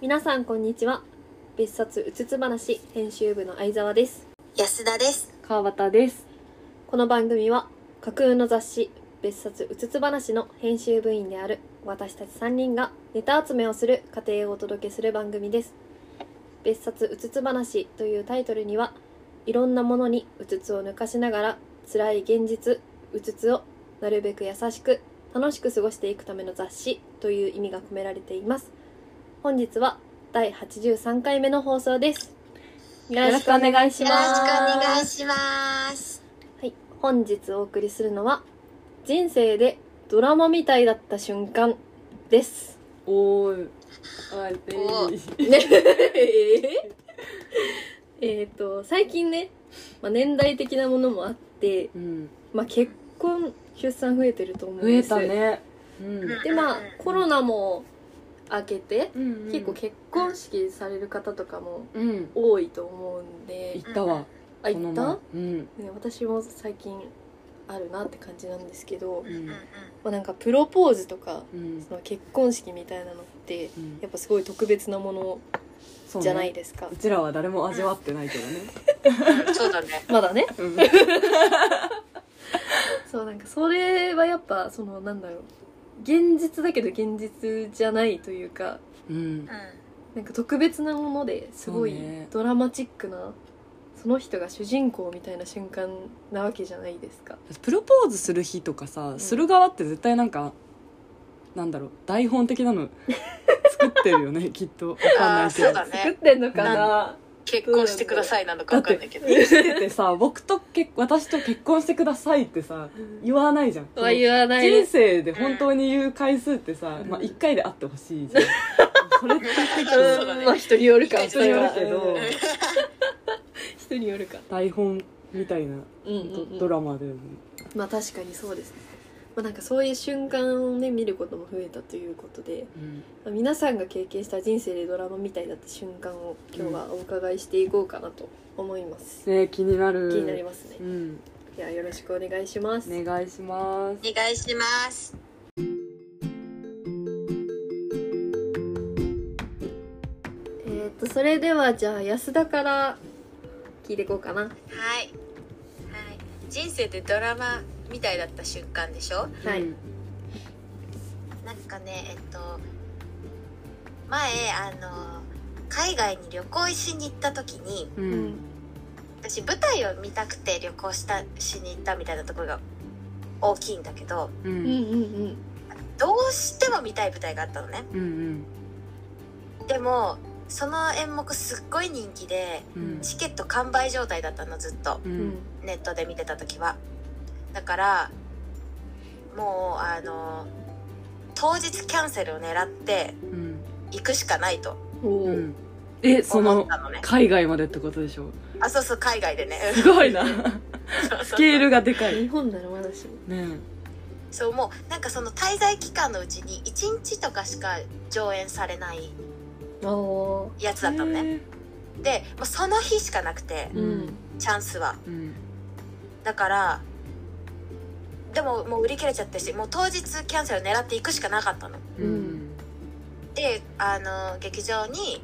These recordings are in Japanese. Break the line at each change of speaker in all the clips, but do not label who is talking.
皆さんこんにちは別冊うつつ話編集部の相沢です
安田です。
川端です。
この番組は架空の雑誌別冊うつつ話の編集部員である私たち3人がネタ集めをする過程をお届けする番組です別冊うつつ話というタイトルにはいろんなものにうつつを抜かしながら辛い現実うつつをなるべく優しく楽しく過ごしていくための雑誌という意味が込められています本日は第83回目の放送ですよ
ろしくお願いし
よ
ま
ろ
す
しくお願いします。
はい、本日お送りするのは人生でドラマみたいだった瞬間です。
おーい。あで
お
ね、 えっと最近ね、まあ、年代的なものもあって、
うん。
まあ、結婚出産増えてると思うん
増え
です
たね。うん。
でまあコロナも明けて、
うん
結構結婚式される方とかも
うん。
多いと思うんで
行ったわ。
あ行っ
こ
た
の、前うん。
ね、私も最近あるなって感じなんですけど
う、んうんうん
まあ、なんかプロポーズとか
うん
そ。の結婚式みたいなのって
うん
やっぱすごい特別なもの
そうね
じゃないですか、
うちらは誰も味わってないけどね。
そうだね。
まだね
うん。
そうなんかそれはやっぱそのなんだろう現実だけど現実じゃないというか
うん
う。ん
なんか特別なものですごい
そうね
ドラマチックなその人が主人公みたいな瞬間なわけじゃないですか
プロポーズする日とかさ、
ん
する側って絶対なんか、なんだろう、台本的なの作ってるよね、きっと。わかんないけ
あーそう
ど。
だね
作ってんのかな
結婚してくださいなのかわかんないけど。
生きててさ、僕と結、私と結婚してくださいってさ、言わないじゃん。
は言わないで
人
す
生で本当に言う回数ってさ、
うん
まあ1回であってほし いじゃんそれって結
生
構
そうだね
まあ人によるか
人
人による
そ
け
れは
ど
うん人によるか
台本みたいな
うん
ド,、
うんうん
ラマで、ね、
まあ確かにそうですね、まあ、なんかそういう瞬間をね見ることも増えたということで、まあ皆さんが経験した人生でドラマみたいだった瞬間を今日はお伺いしていこうかなと思います、
ね気になる
気になり
ま
ますね
うん
ではよろしくお願いします、
お願いします
お願いします。
えーっとそれではじゃあ安田から聞いていこうかな
はい。はい。人生ってドラマみたいだった瞬間でしょ。
はい
うん
なんかね、えっと前あの海外に旅行しに行った時に。
う
うん
ん
私舞台を見たくて旅行したしに行ったみたいなところが大きいんだけど
うんう
うんうんんうん
どうしても見たい舞台があったのね
うん
でもその演目すっごい人気で
うん
チケット完売状態だったのずっと
う
う
んん
ネットで見てた時はだからもうあの当日キャンセルを狙って
うん
行くしかないと
おお、
うんえそ
思っ
の
たのね
海外までってことでしょ
あそうそう海外でね
す ごいなスケールがでかい
日本ならまだしも
ね
そうもうなんかその滞在期間のうちに1日とかしか上演されない
あ
やつだったのね、でもうその日しかなくて
ーうん
チャンスは
うん
だからでももう売り切れちゃったしもう当日キャンセルを狙っていくしかなかったの
うんうん
であの劇場に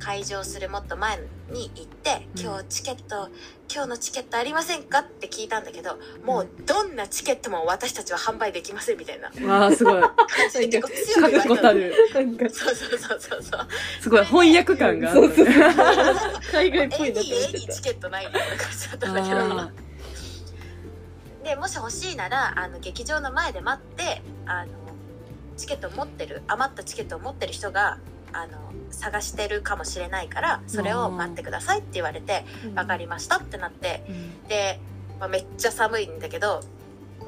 開場するもっと前に行って「
うん
今日チケット今日のチケットありませんか?」って聞いたんだけどもうどんなチケットも私たちは販売できませんみたいな
うんわあすご い
感じで結構
す
強
ご
く言
い
われ
こ
た
た
の
る
なんか
そうそうそうそうそう
すごい翻訳感がある
そうそう 海外っぽ
絵
いな
に
って思っ
絵
て
に
た
チケットないみたいな感じだったんだけ
あ
どでもし欲しいならあの劇場の前で待ってあのチケットを持ってる余ったチケットを持ってる人があの探してるかもしれないからそれを待ってくださいって言われて「分かりました」ってなって
ーうん
で、まあ、めっちゃ寒いんだけど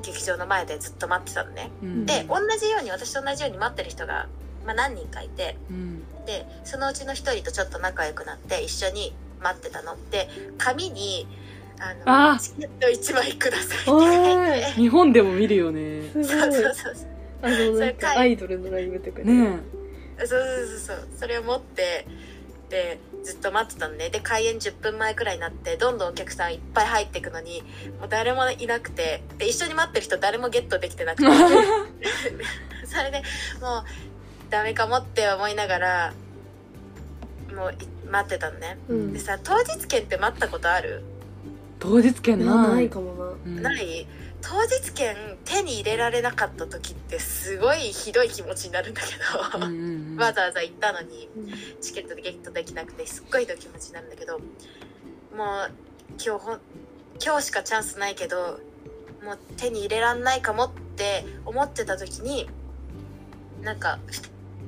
劇場の前でずっと待ってたのね
うん
で同じように私と同じように待ってる人が、まあ、何人かいて
うん
でそのうちの一人とちょっと仲良くなって一緒に待ってたのって紙にあの
あー
チケット1枚ください」って
お
書い
ー
て
い日本でも見るよね
すごい
そうそうそうそう
あのなんかアイドルのライブとかで
ね
そうそうそうそうそれを持ってでずっと待ってたのねで開演10分前くらいになってどんどんお客さんいっぱい入ってくのにもう誰もいなくてで一緒に待ってる人誰もゲットできてなくて それでもうダメかもって思いながらもうい待ってたのね
うん
でさ当日券って待ったことある、
当日券ない
ないかもな
うん
ない当日券手に入れられなかった時ってすごいひどい気持ちになるんだけ
うんう
ど、
んうん
わざわざ行ったのに
うん
チケットでゲットできなくてすっごいひどい気持ちになるんだけどもう今日ほん今日しかチャンスないけどもう手に入れらんないかもって思ってた時になんか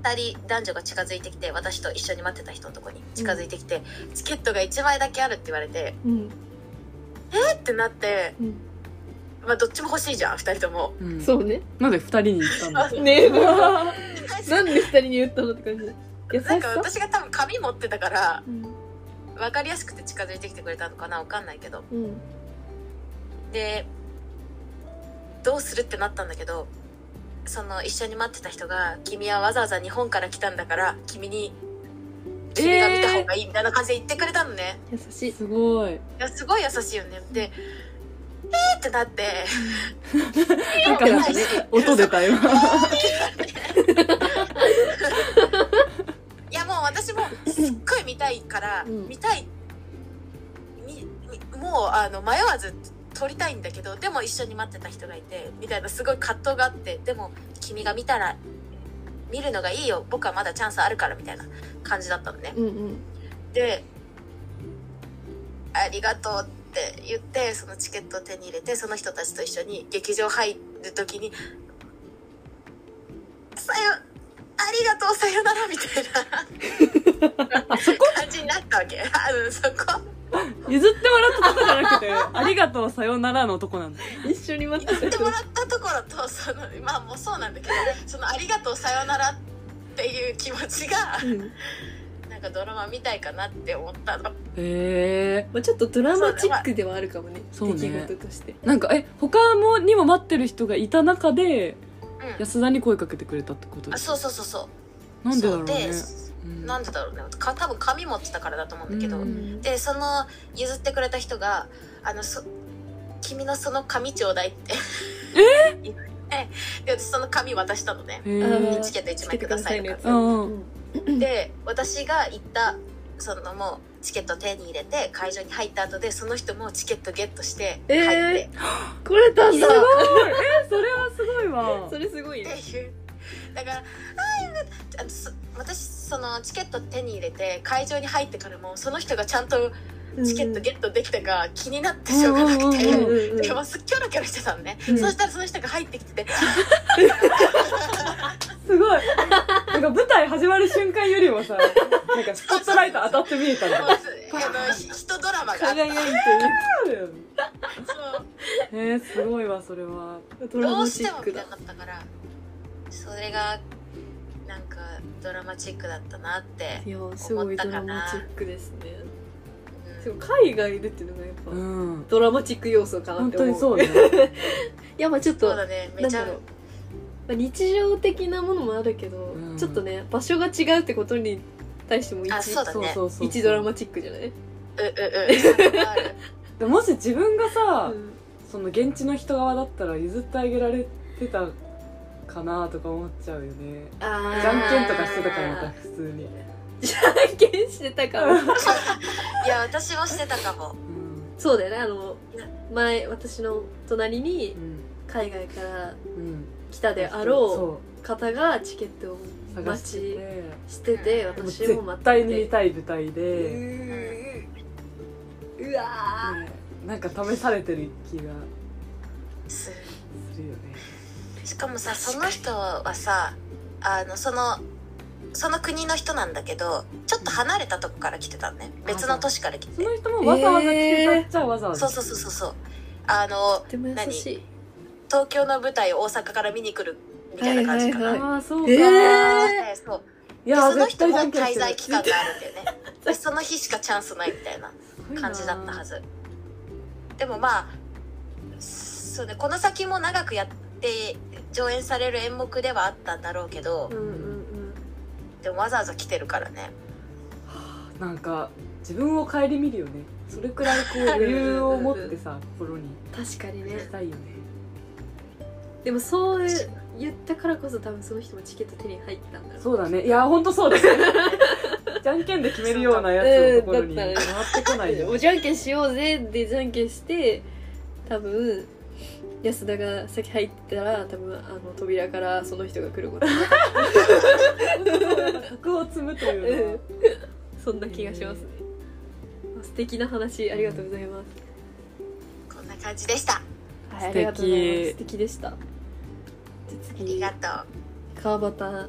2人男女が近づいてきて私と一緒に待ってた人のとこに近づいてきて、チケットが1枚だけあるって言われて
うん
えってなって、まあ、どっちも欲しいじゃん2人とも。
うん
そうね
なんで二人に行った の
ねえ なんで二人に言ったのって感じ優し
な
さ
んか私が多分紙持ってたから
うん
分かりやすくて近づいてきてくれたのかな分かんないけど
うん
でどうするってなったんだけどその一緒に待ってた人が「君はわざわざ日本から来たんだから君に君が見た方がいい」みたいな感じで言ってくれたのね、
優しい
すごい
いやすごい優しいよねでえーってなって
なんか
ない
音出たよ
いやもう私もすっごい見たいから、
うん
見たいみみもうあの迷わず撮りたいんだけどでも一緒に待ってた人がいてみたいなすごい葛藤があってでも君が見たら見るのがいいよ僕はまだチャンスあるからみたいな感じだったのね
うんうん
で「ありがとう」って言ってそのチケットを手に入れてその人たちと一緒に劇場入る時に「さよありがとうさよなら」みたいな感じになったわけあのそこ
譲ってもらったとこじゃなくて「ありがとうさようなら」のとこなんだ
一緒に待って
言
た
って
人
もらったところとそのまあもうそうなんだけどその「ありがとうさよなら」っていう気持ちが
うん
なんかドラマ見たいかなって思ったの。
へえ
まあ、ちょっとドラマチックではあるかもね
そうね
出来事として
なんかえ他もにも待ってる人がいた中
う
で
ん
安田に声かけてくれたってことで
あ
す
そうそうそうそう
なんでだろう
そ
ね
で
うん
なんでだろうねか多分紙持ってたからだと思うんだけど、
うん
でその譲ってくれた人が「あのそ君のその紙ちょうだい」って えで私その紙渡したのね
へ
あ
え
ー
チケット1枚くださいと
チケッ
か
トくだ
う
さいのや
んうん
つ
で私が行ったそのもうチケット手に入れて会場に入った後でその人もチケットゲットして
え
入
ー
って、
これだん
そ
だ
う
それはすごいわ
それすごいね
っていうだからあーよかったあのそ私そのチケット手に入れて会場に入ってからもその人がちゃんとチケットゲットできたか気になってしょうがなくて、
うんうんうんうん
でもすっキョロキョロしてたのね、
うん
そしたらその人が入ってきてて
すごいなんか舞台始まる瞬間よりもさなんかスポットライト当たって見えたん
もう
だ
あのひ人ドラマがあった
い
そう
えー、すごいわそれは
ドラ
どう
マ
し
チ
て
ッ
も
ク
見た
だ
かったからそれがなんかドラマチックだったなって、
いやすごいドラマチックですね
うん
すごい海外いるっていうのがやっぱ、
うん
ドラマチック要素かなっ
本
て
当
思う
にそう
い
ね
やまあちょっと
そうだねめ
なん
ちゃ
だろう、まあ、日常的なものもあるけど、
うん
ちょっとね場所が違うってことに対しても一
あそうだ
そう
ね
そうそう
一ドラマチックじゃない、
ううんうんある
でもし自分がさ、
うん
その現地の人側だったら譲ってあげられてたかなとか思っちゃうよね
あ
じ
ー
ゃんけんとかしてたからまた普通に、
じゃんけんしてたから
いや私もしてたかも
うん
そうだよねあの前私の隣に海外から
うん、
来たであろ
そう
方がチケットを
う探してて
してて
うん
でも
私も
絶対に見
た
たい舞台で、
う
ね
ーうわ
なんか試されてる気が
す
するよね
しかもさその人はさあのそのその国の人なんだけどちょっと離れたとこから来てたのね別の都市から来て
そ
て
の人もわざわざ来てたっちゃわざわざ、
そうそうそうそうそうあの
ーとても優しい
東京の舞台を大阪から見に来るみたいな感じかな、
はいはい
ああそうか、
えー
でそう
い
で
やー
その人
絶対
も
じゃんけ
滞
んしてる
在期間があるんだよね でその日しかチャンスないみたいな感じだったはずでもまあそう、ね、この先も長くやって上演される演目ではあったんだろうけど
うんうん
でもわざわざ来てるからね
なんか自分を顧みるよねそれくらいこう余裕を持ってさ心
う
に
ん確かにね
したいよね
でもそう言ったからこそ多分その人もチケット手に入ったんだろう
そうだねいや本当そうだねじゃんけんで決めるようなやつのところ
う
に
んだ
回
っ
ったてこない よ
おじゃんけんしようぜでじゃんけんして多分安田が先入ったら多分あの扉からその人が来ることになる
服を積むというのは
そんな気がしますね、素敵な話ありがとうございます、
こんな感じでした。あ
はい、
素敵
ありがとうございます素敵でしたじゃあ
り
次
がとう。
川端お願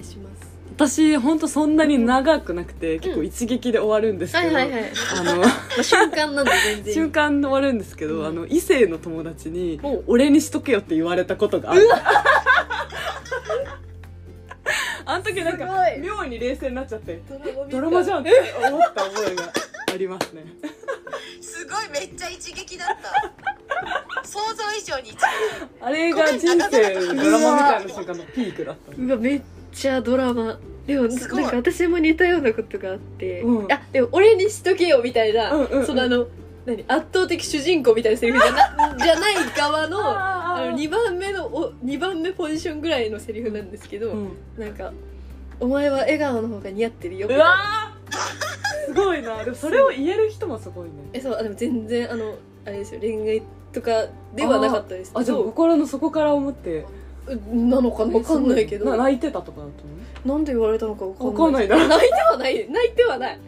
いします
私本当そんなに長くなくて結構一撃で終わるんですけど、
はい、ま
あ の
あ、瞬間なんで全然
瞬間で終わるんですけど、
うん
あの異性の友達に
おう
「俺にしとけよ」って言われたことがある あの時なんか
すごい
妙に冷静になっちゃって
間
ドラマじゃんって思った覚えがありま すね
すごいめっちゃ一撃だった。想像以上に一撃。
あれが人生のドラマみたいな瞬間のピークだった
うわめっちゃドラマでもなん
すごい
か私も似たようなことがあって、
うん
あでも俺にしとけよみたいな、
うんうんうん
そのあの何圧倒的主人公みたいなセリフじゃなじゃない側の
あ
あの2番目のお2番目ポジションぐらいのセリフなんですけど、
うん
なんか「お前は笑顔の方が似合ってるよ」みた
う
いな
わーすごいなでもそれを言える人もすごいね
えそうあでも全然あのあれですよ恋愛とかではなかったです
あ
け
じゃあ
ど
心の底から思って
うんなのかなわかんないけど
な泣いてたとかだと思う
なんで言われたのかわかんない
わかんない
泣いてはない泣いてはない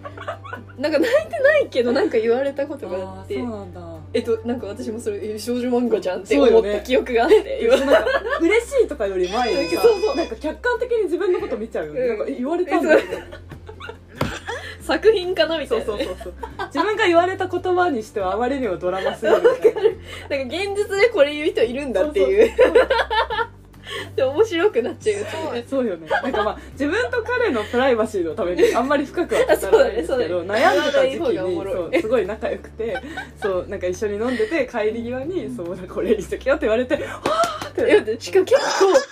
なんか泣いてないけどなんか言われたことがあ
あ
っ
ー
て
そうなんだ
えっとなんか私もそれえ少女漫画じゃんって
そう
思
よ
っ
ね
た記憶があって今
なんか嬉しいとかより前にさ
そうそう
なんか客観的に自分のこと見ちゃうよね、
うん
なんかえ言われたんだよね
作品かなみた
そ
いうな
そうそうそう自分が言われた言葉にしてはあまりにもドラマすぎるみたいな
なんか現実でこれ言う人いるんだっていう
そうそう
で面白くなっちゃう
すごい
そうよねなんかまあ自分と彼のプライバシーのためにあんまり深くは
あ
語
そう
ら
だ
ないん
ね
です
そうだ
け
ね
ど、悩んでた時期
言わない方がお
に
もろい
そうすごい仲良くてそうなんか一緒に飲んでて帰り際に「そうなんかこれにしときよ」って言われて「はあ!」ってなって
えしかも結構結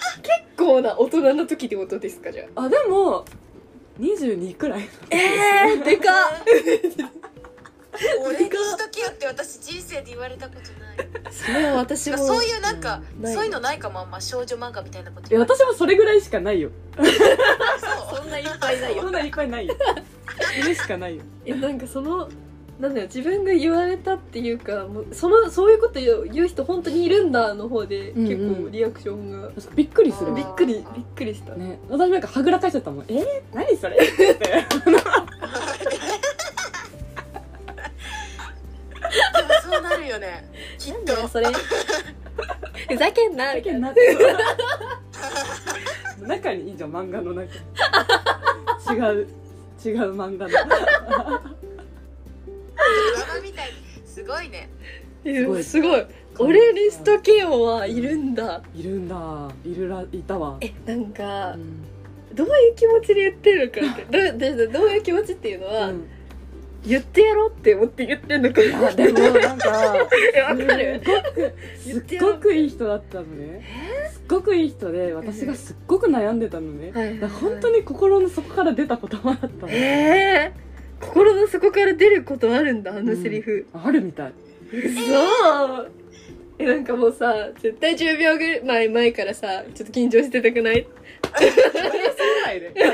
構な大人の時ってことですかじゃあ
あでも22くらい の時です
えー、でか
俺にしときよって私人生で言われたことない。
それは私も
そういうなんか、
うんない
そういうのないかもあんま少女漫画みたいなこと
いや私もそれぐらいしかないよ
そう
そんないっぱいないよ
そんないっぱ いないよそれしかないよ
えなんかそのなんだよ自分が言われたっていうかもうそのそういうこと言う言う人本当にいるんだの方で
うんう
結
ん
構リアクションが、
びっくりす
う
る
ん
びっくりびっくりした、
ね私なんかはぐらかしちゃったもん「えー、何それ?」って
でもそうなるよね。きっ
なんだよ
と。
それふざけんなみたいな
中にいいじゃん漫画の中に違う違う漫画
ド
の
ラマみたいにすごいね。
す
ご
ご
い
いすごい 俺リストケオはいるんだ
いるんだいるらいたわ
えなんか
うん
どういう気持ちで言ってるのかって どうどうどういう気持ちっていうのは、
うん
言ってやろうって思って言ってんのか
い
な
やでもなんか
え わかる
すっごくすっごくいい人だったのねすっごくいい人で私がすっごく悩んでたのね、
はいはいはい
だから本当に心の底から出た言葉だったの
えー、心の底から出ることあるんだあのセリフ、
あるみたい
そうえなんかもうさ絶対10秒ぐらい前前からさちょっと緊張してたくない
ないでい
で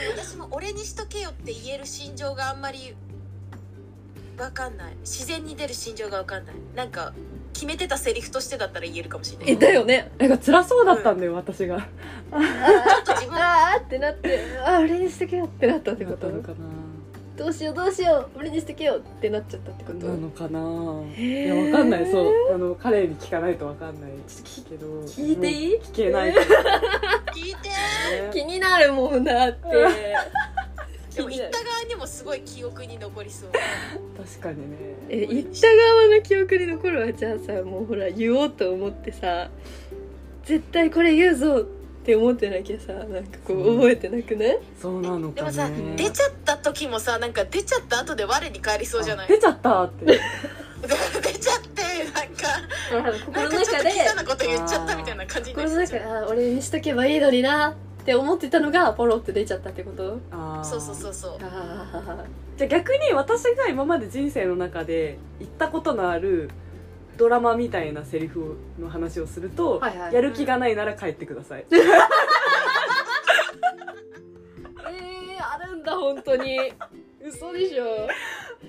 も私も俺にしとけよって言える心情があんまりわかんない。自然に出る心情がわかんない。なんか決めてたセリフとしてだったら言えるかもしれな
え
い。
だよね
なんか辛そうだったんだよ、私が
ちょっと自分
あーってなってあー俺にしてけよってなったって
だ
こ
った
と
のかな
どうしようどうしよう俺にしてけよってなっちゃったってこと
なのかない
へ
や
ー
わかんないそうあの彼に聞かないとわかんないけど
聞いていい
うん聞けないから
聞いて。
ね
気になるもんなって
でも言った側にもすごい記憶に残りそう。
確かにね
え言った側の記憶に残るはじゃあさもうほら言おうと思ってさ絶対これ言うぞって思ってなきゃさなんかこう覚えてなくない
そうなの
で
か
もさ、
ね
出ちゃった時もさ、なんか出ちゃった後で我に返りそうじゃない。
あ出ちゃったっ て
出ちゃってなんかな
心
ん
の
かちょっ
中
と
で
小さなこと言っちゃったみたいな感じに
こ
な
れ
っ
なんか
ちゃう
あー俺にしとけばいいのになって思ってたのがポロって出ちゃったってこと
あー
そうそうそうそう
あ
じゃあ逆に私が今まで人生の中で言ったことのあるドラマみたいなセリフの話をすると、
はいはい
やる気がないなら帰ってください。
本当に嘘でしょ、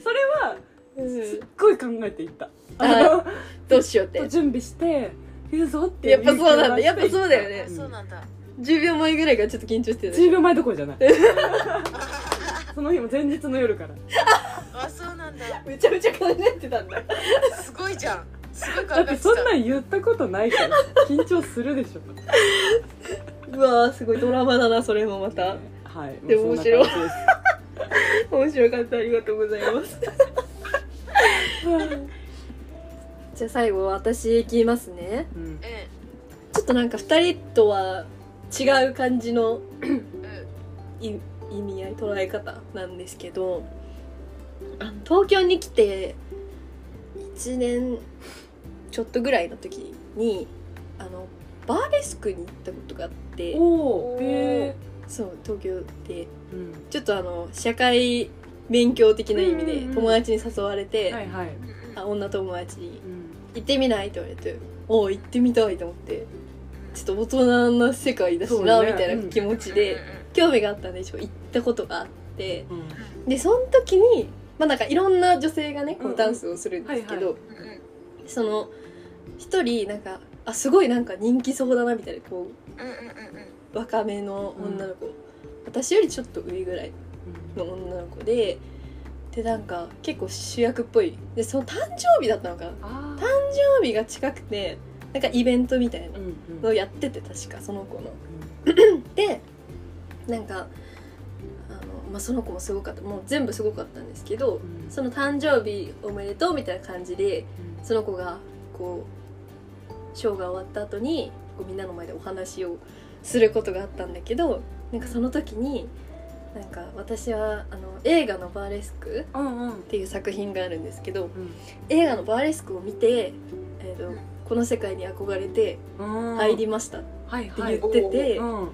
それは
うん
すっごい考えていった、
はい
あの
どうしようっ
ちょってと準備して言うぞって
やっぱそうなんだやっぱそうだよ
あ
ね
そうなんだ
10秒前ぐらいがちょっと緊張してる
10秒前どころじゃない その日も前日の夜から
あそうなんだ
めちゃめちゃ考えてたんだ
すごいじゃんすごい考
だ
え
って
た
てそんなん言ったことないから緊張するでしょ
うわーすごいドラマだなそれもまた
はい
でも
うそんな感
面白かったありがとうございます
じです
じゃあ最後私いきますね
うん
ちょっとなんか2人とは違う感じの
うんうん
い意味合い捉え方なんですけどあの東京に来て1年ちょっとぐらいの時にあのバーレスクに行ったことがあって
お
お
お
ー
へえ
そう東京で
うん
ちょっとあの社会勉強的な意味
うん
で
うんうん
友達に誘われて、
はいはい
うん
あ女友達に
うん
「行ってみない?」って言われて「おう行ってみたい」と思ってちょっと大人な世界だし
そう
な、
だね
みたいな気持ちで、興味があったんでしょ行ったことがあって。
うん
でその時にまあなんかいろんな女性がねこ
う
うんダンスをするんですけど、
はいは
うんうんうん
その一人なんかあすごいなんか人気そうだなみたいなこ
うんうんうんうん
う若めの女の子、私よりちょっと上ぐらいの女の子ででなんか結構主役っぽいでその誕生日だったのかな誕
あ
生日が近くてなんかイベントみたい
ー
な
うんうん
のをやってて確かその子の。でなんかあの、まあ、その子もすごかったもう全部すごかったんですけど、
うん
その誕生日おめでとうみたいな感じでその子がこうショーが終わった後にこうみんなの前でお話をすることがあったんだけどなんかその時になんか私はあの映画の「バーレスク」
うんうんうん
っていう作品があるんですけど映画の「バーレスク」を見て、えー、とこの世界に憧れて
うん
入りましたって
はいは
言
い
ってて、
うんうん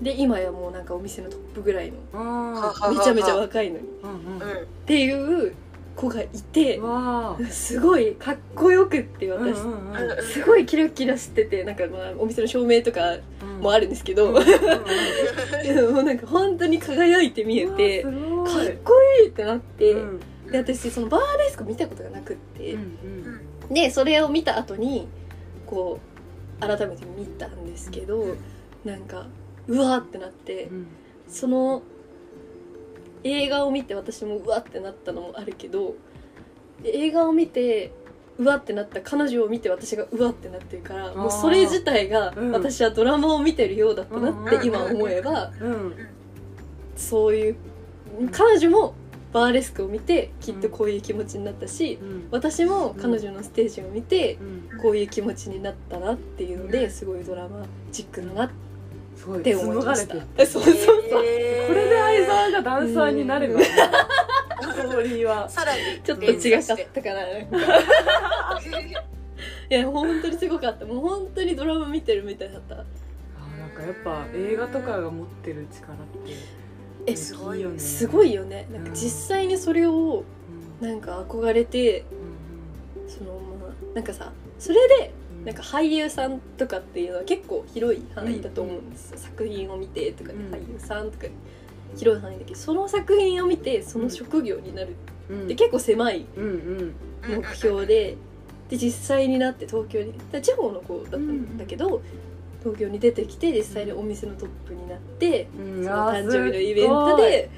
で今やもうなんかお店のトップぐらいの
うん
ははは
めちゃめちゃ若いのにっ
うん
うん
ていう子がいて
うんわあ
すごいかっこよくって
うんうん
私
うん
うんうん
すごいキラキラしててなんかまあお店の照明とか
うん
もあるんですけど、
うんうんうん
でもなんか本当に輝いて見えて
う
かっ
わあすごい
こいいってなって、
うん
で私そのバーレスク見たことがなくって、
うん
う
うん
ん
でそれを見た後にこう改めて見たんですけど、なんかうわーってなって、
うん
その映画を見て私もうわってなったのもあるけど映画を見てうわってなった彼女を見て私がうわってなってるからもうそれ自体が
うん
私はドラマを見てるようだったなっ
うん
て今思えば
うん
そういう彼女もバーレスクを見てきっとこういう気持ちになったし
うん
私も彼女のステージを見て
うん
こういう気持ちになったなっていうの
う
で
ん
すごいドラマチックだなっ
すごい
て思いました
紡がれて。
そうそうそう
えー
これで相沢がダンサーになれば
うん
ストーリーは
さらに
ちょっと違かったかな。いや本当にすごかったもう本当にドラマ見てるみたいだった
あなんかやっぱ映画とかが持ってる力って
え
すごい
よね
すごいよねなんか実際にそれを
うん
なんか憧れて
う
そのまあなんかさそれで
ん
なんか俳優さんとかっていうのは結構広い範囲だと思うんですよ、作品を見てとかで
うん
俳優さんとか広い範囲だけどその作品を見てその職業になる
うん
って結構狭い
うんうん
目標でで実際になって東京にだから地方の子だったんだけど、東京に出てきて実際にお店のトップになって、
うん
その
あー
誕生日のイベントで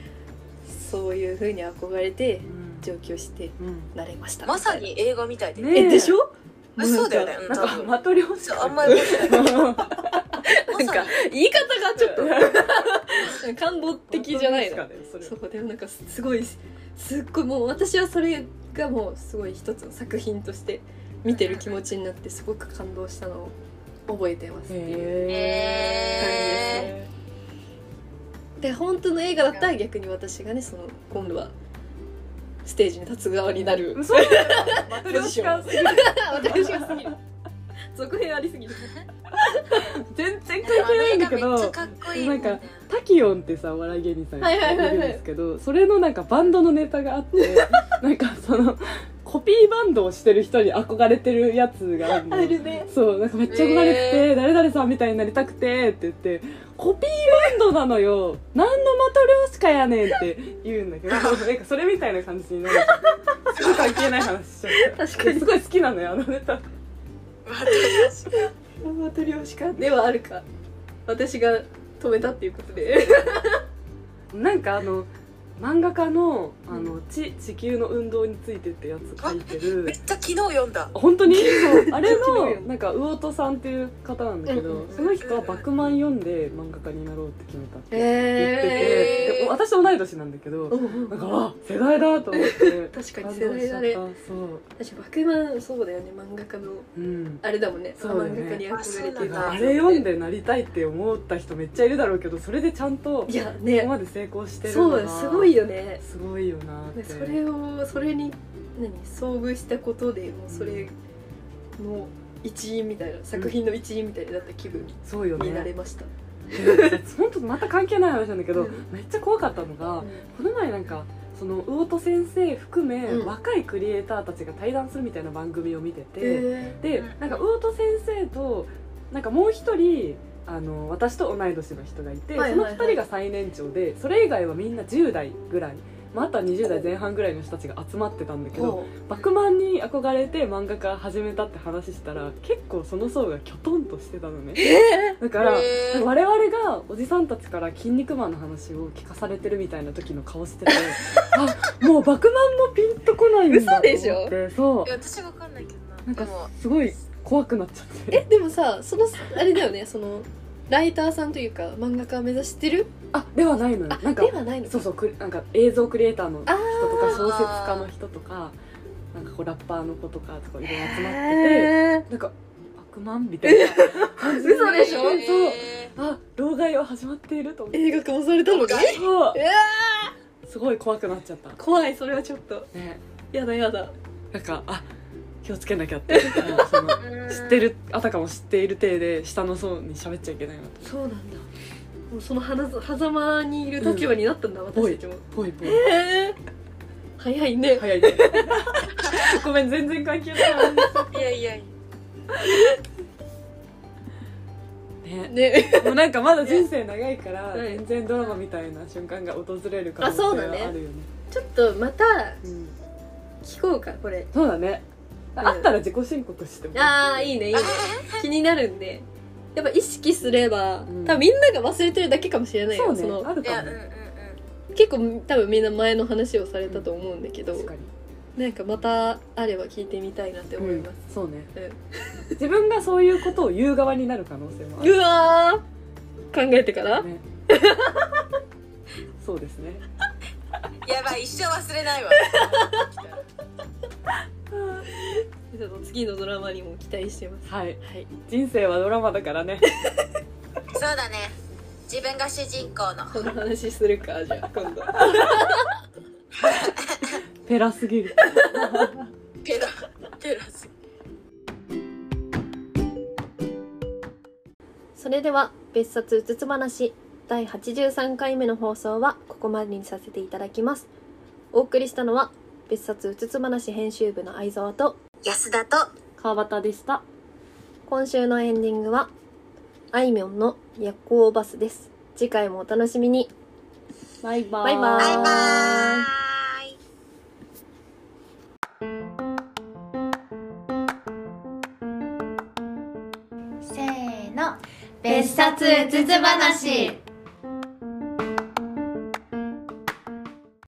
そういう風に憧れて
すごい
上京して
うん
なれました
まさに映画みたいで、
ね
えでしょ
そうだよね
も
なん
多
か
分
マトリョーシ
そう
カ
あんまり
うなんかなんか言い方がちょっと感動的じゃないのそ
の
うでもなんかすごいすっごいもう私はそれがもうすごい一つの作品として見てる気持ちになってすごく感動したのを覚えてます
へ
え
で本当の映画だったら逆に私がねその今度はステージに立つ側になる
そうだよマトリョーシカ すぎる
私がすぎる続編ありすぎる
全然関
あの
係ない
映
んだ
画めっ
け
ちゃ
ど
かっこいいもんね
なんかタキヨンってさお笑い芸人さん
はいはいはいはい
いるんですけどそれのなんかバンドのネタがあってなんかそのコピーバンドをしてる人に憧れてるやつがあるの
ね
そうなんかめっちゃ憧れてて、誰々さんみたいになりたくてって言ってコピーバンドなのよ何のマトリョーシカやねんって言うんだけ どなんかそれみたいな感じになるすごい関係ない話しちゃった
確かに
すごい好きなのよあのネタ
マトリョーシカではあるか私が止めたっていうことで
なんかあの漫画家のあの地地球の運動についてってやつ書いて
め
る
っちゃ昨日読んだ
本当にそうあれ
昨日
の
よ
なんか魚戸さんっていう方なんだけ
うん
ど
うん
その人は「バクマン」読んで漫画家になろうって決めたって言ってて、
え
へー
で私と同い年なんだけど、なんかあ世代だと思って
確か
感動
に
し
世代
ちゃ
だ
っ
ね
たそう、
私バクマンそうだよね漫画家の
うん、
あれだもんね
そうだよ
漫
ね
画家に憧れて
あそう
る
なんだ
あれ読んでなりたいって思った人めっちゃいるだろうけどそれでちゃんとこ
いや
こ
ね
まで成功してるん
そ
だ
う
な
すごいよね
すごいよなって
ねそれをそれに何遭遇したことでもうそれの一員みたいな作品の一員みたいになった気分
そうよ
になれ
ね
ました、
本当また関係ない話なんだけど、
うん
めっちゃ怖かったのが、この前なんかその魚戸先生含め、
うん
若いクリエイターたちが対談するみたいな番組を見てて、
え
で
うん
なんか魚戸先生となんかもう一人あの私と同い年の人がいて、
はいはいはい
その二人が最年長でそれ以外はみんな10代ぐらい、まあ、あとは20代前半ぐらいの人たちが集まってたんだけど
おう
バクマンに憧れて漫画家始めたって話したら結構その層がきょとんとしてたのねだから
へー
我々がおじさんたちから「筋肉マン」の話を聞かされてるみたいな時の顔 しててあもうバクマンもピンとこないんだと思って
嘘でしょ
そう
いや私わかんないけどな
なんか
でも
すごい怖くなっちゃって
えでもさそのあれだよねそのライターさんというか漫画家を目指してる
あではないのよ
あ
なんか
ではないの
そうそうくなんか映像クリエイターの人と
あ
か小説家の人とかなんかこうラッパーの子とかとかいろいろ集まって
へ
てなんか「バクマン」みたいな感じに
嘘でしょ
そう
へ
あ老害は始まっていると思っ
ー
て
映画化もされたのね
そう
え
すごい怖くなっちゃった
怖いそれはちょっと
ね
やだやだ
なんかあ気をつけなきゃってうんその
ー
知ってるあたかも知っている体で下の層に喋っちゃいけないなと
そうなんだもうその花狭間にいる立場になったんだ、私たちも
ぽいぽい
へえ早いね、
早いごめん全然関係ない話
いやいやいや
ね
ね
もうなんかまだ人生長いから
ね
全然ドラマみたいな瞬間が訪れる可
あ
能性
そう
は
だね
あるよね
ちょっとまた
うん
聞こうかこれ
そうだね
うん
あったら自己申告しても
ああいいねいいね気になるんでやっぱ意識すれば、
うん
多分みんなが忘れてるだけかもしれない
そ
よ
うね
の
ある
いやう
か
ん
も
うんうん
結構多分みんな前の話をされたと思うんだけど、
確かに
なんかまたあれば聞いてみたいなって思います、
そうね
うん
自分がそういうことを言う側になる可能性もあ
う
る
わー考えてから、
ね そうですね
やばい一生忘れないわ
ちょっと次のドラマにも期待してます
はい
はい
人生はドラマだからね
そうだね自分が主人公の
この話するかじゃあ今度
ペラすぎる
ペラペラス
それでは別冊うつつ話第83回目の放送はここまでにさせていただきますお送りしたのは別冊うつつ話編集部の相沢と
安田と
川端でした
今週のエンディングはあいみょんの夜行バスです次回もお楽しみに
バイバ
バイバ
バイバ
ー
ーイ
せーの別冊うつつ話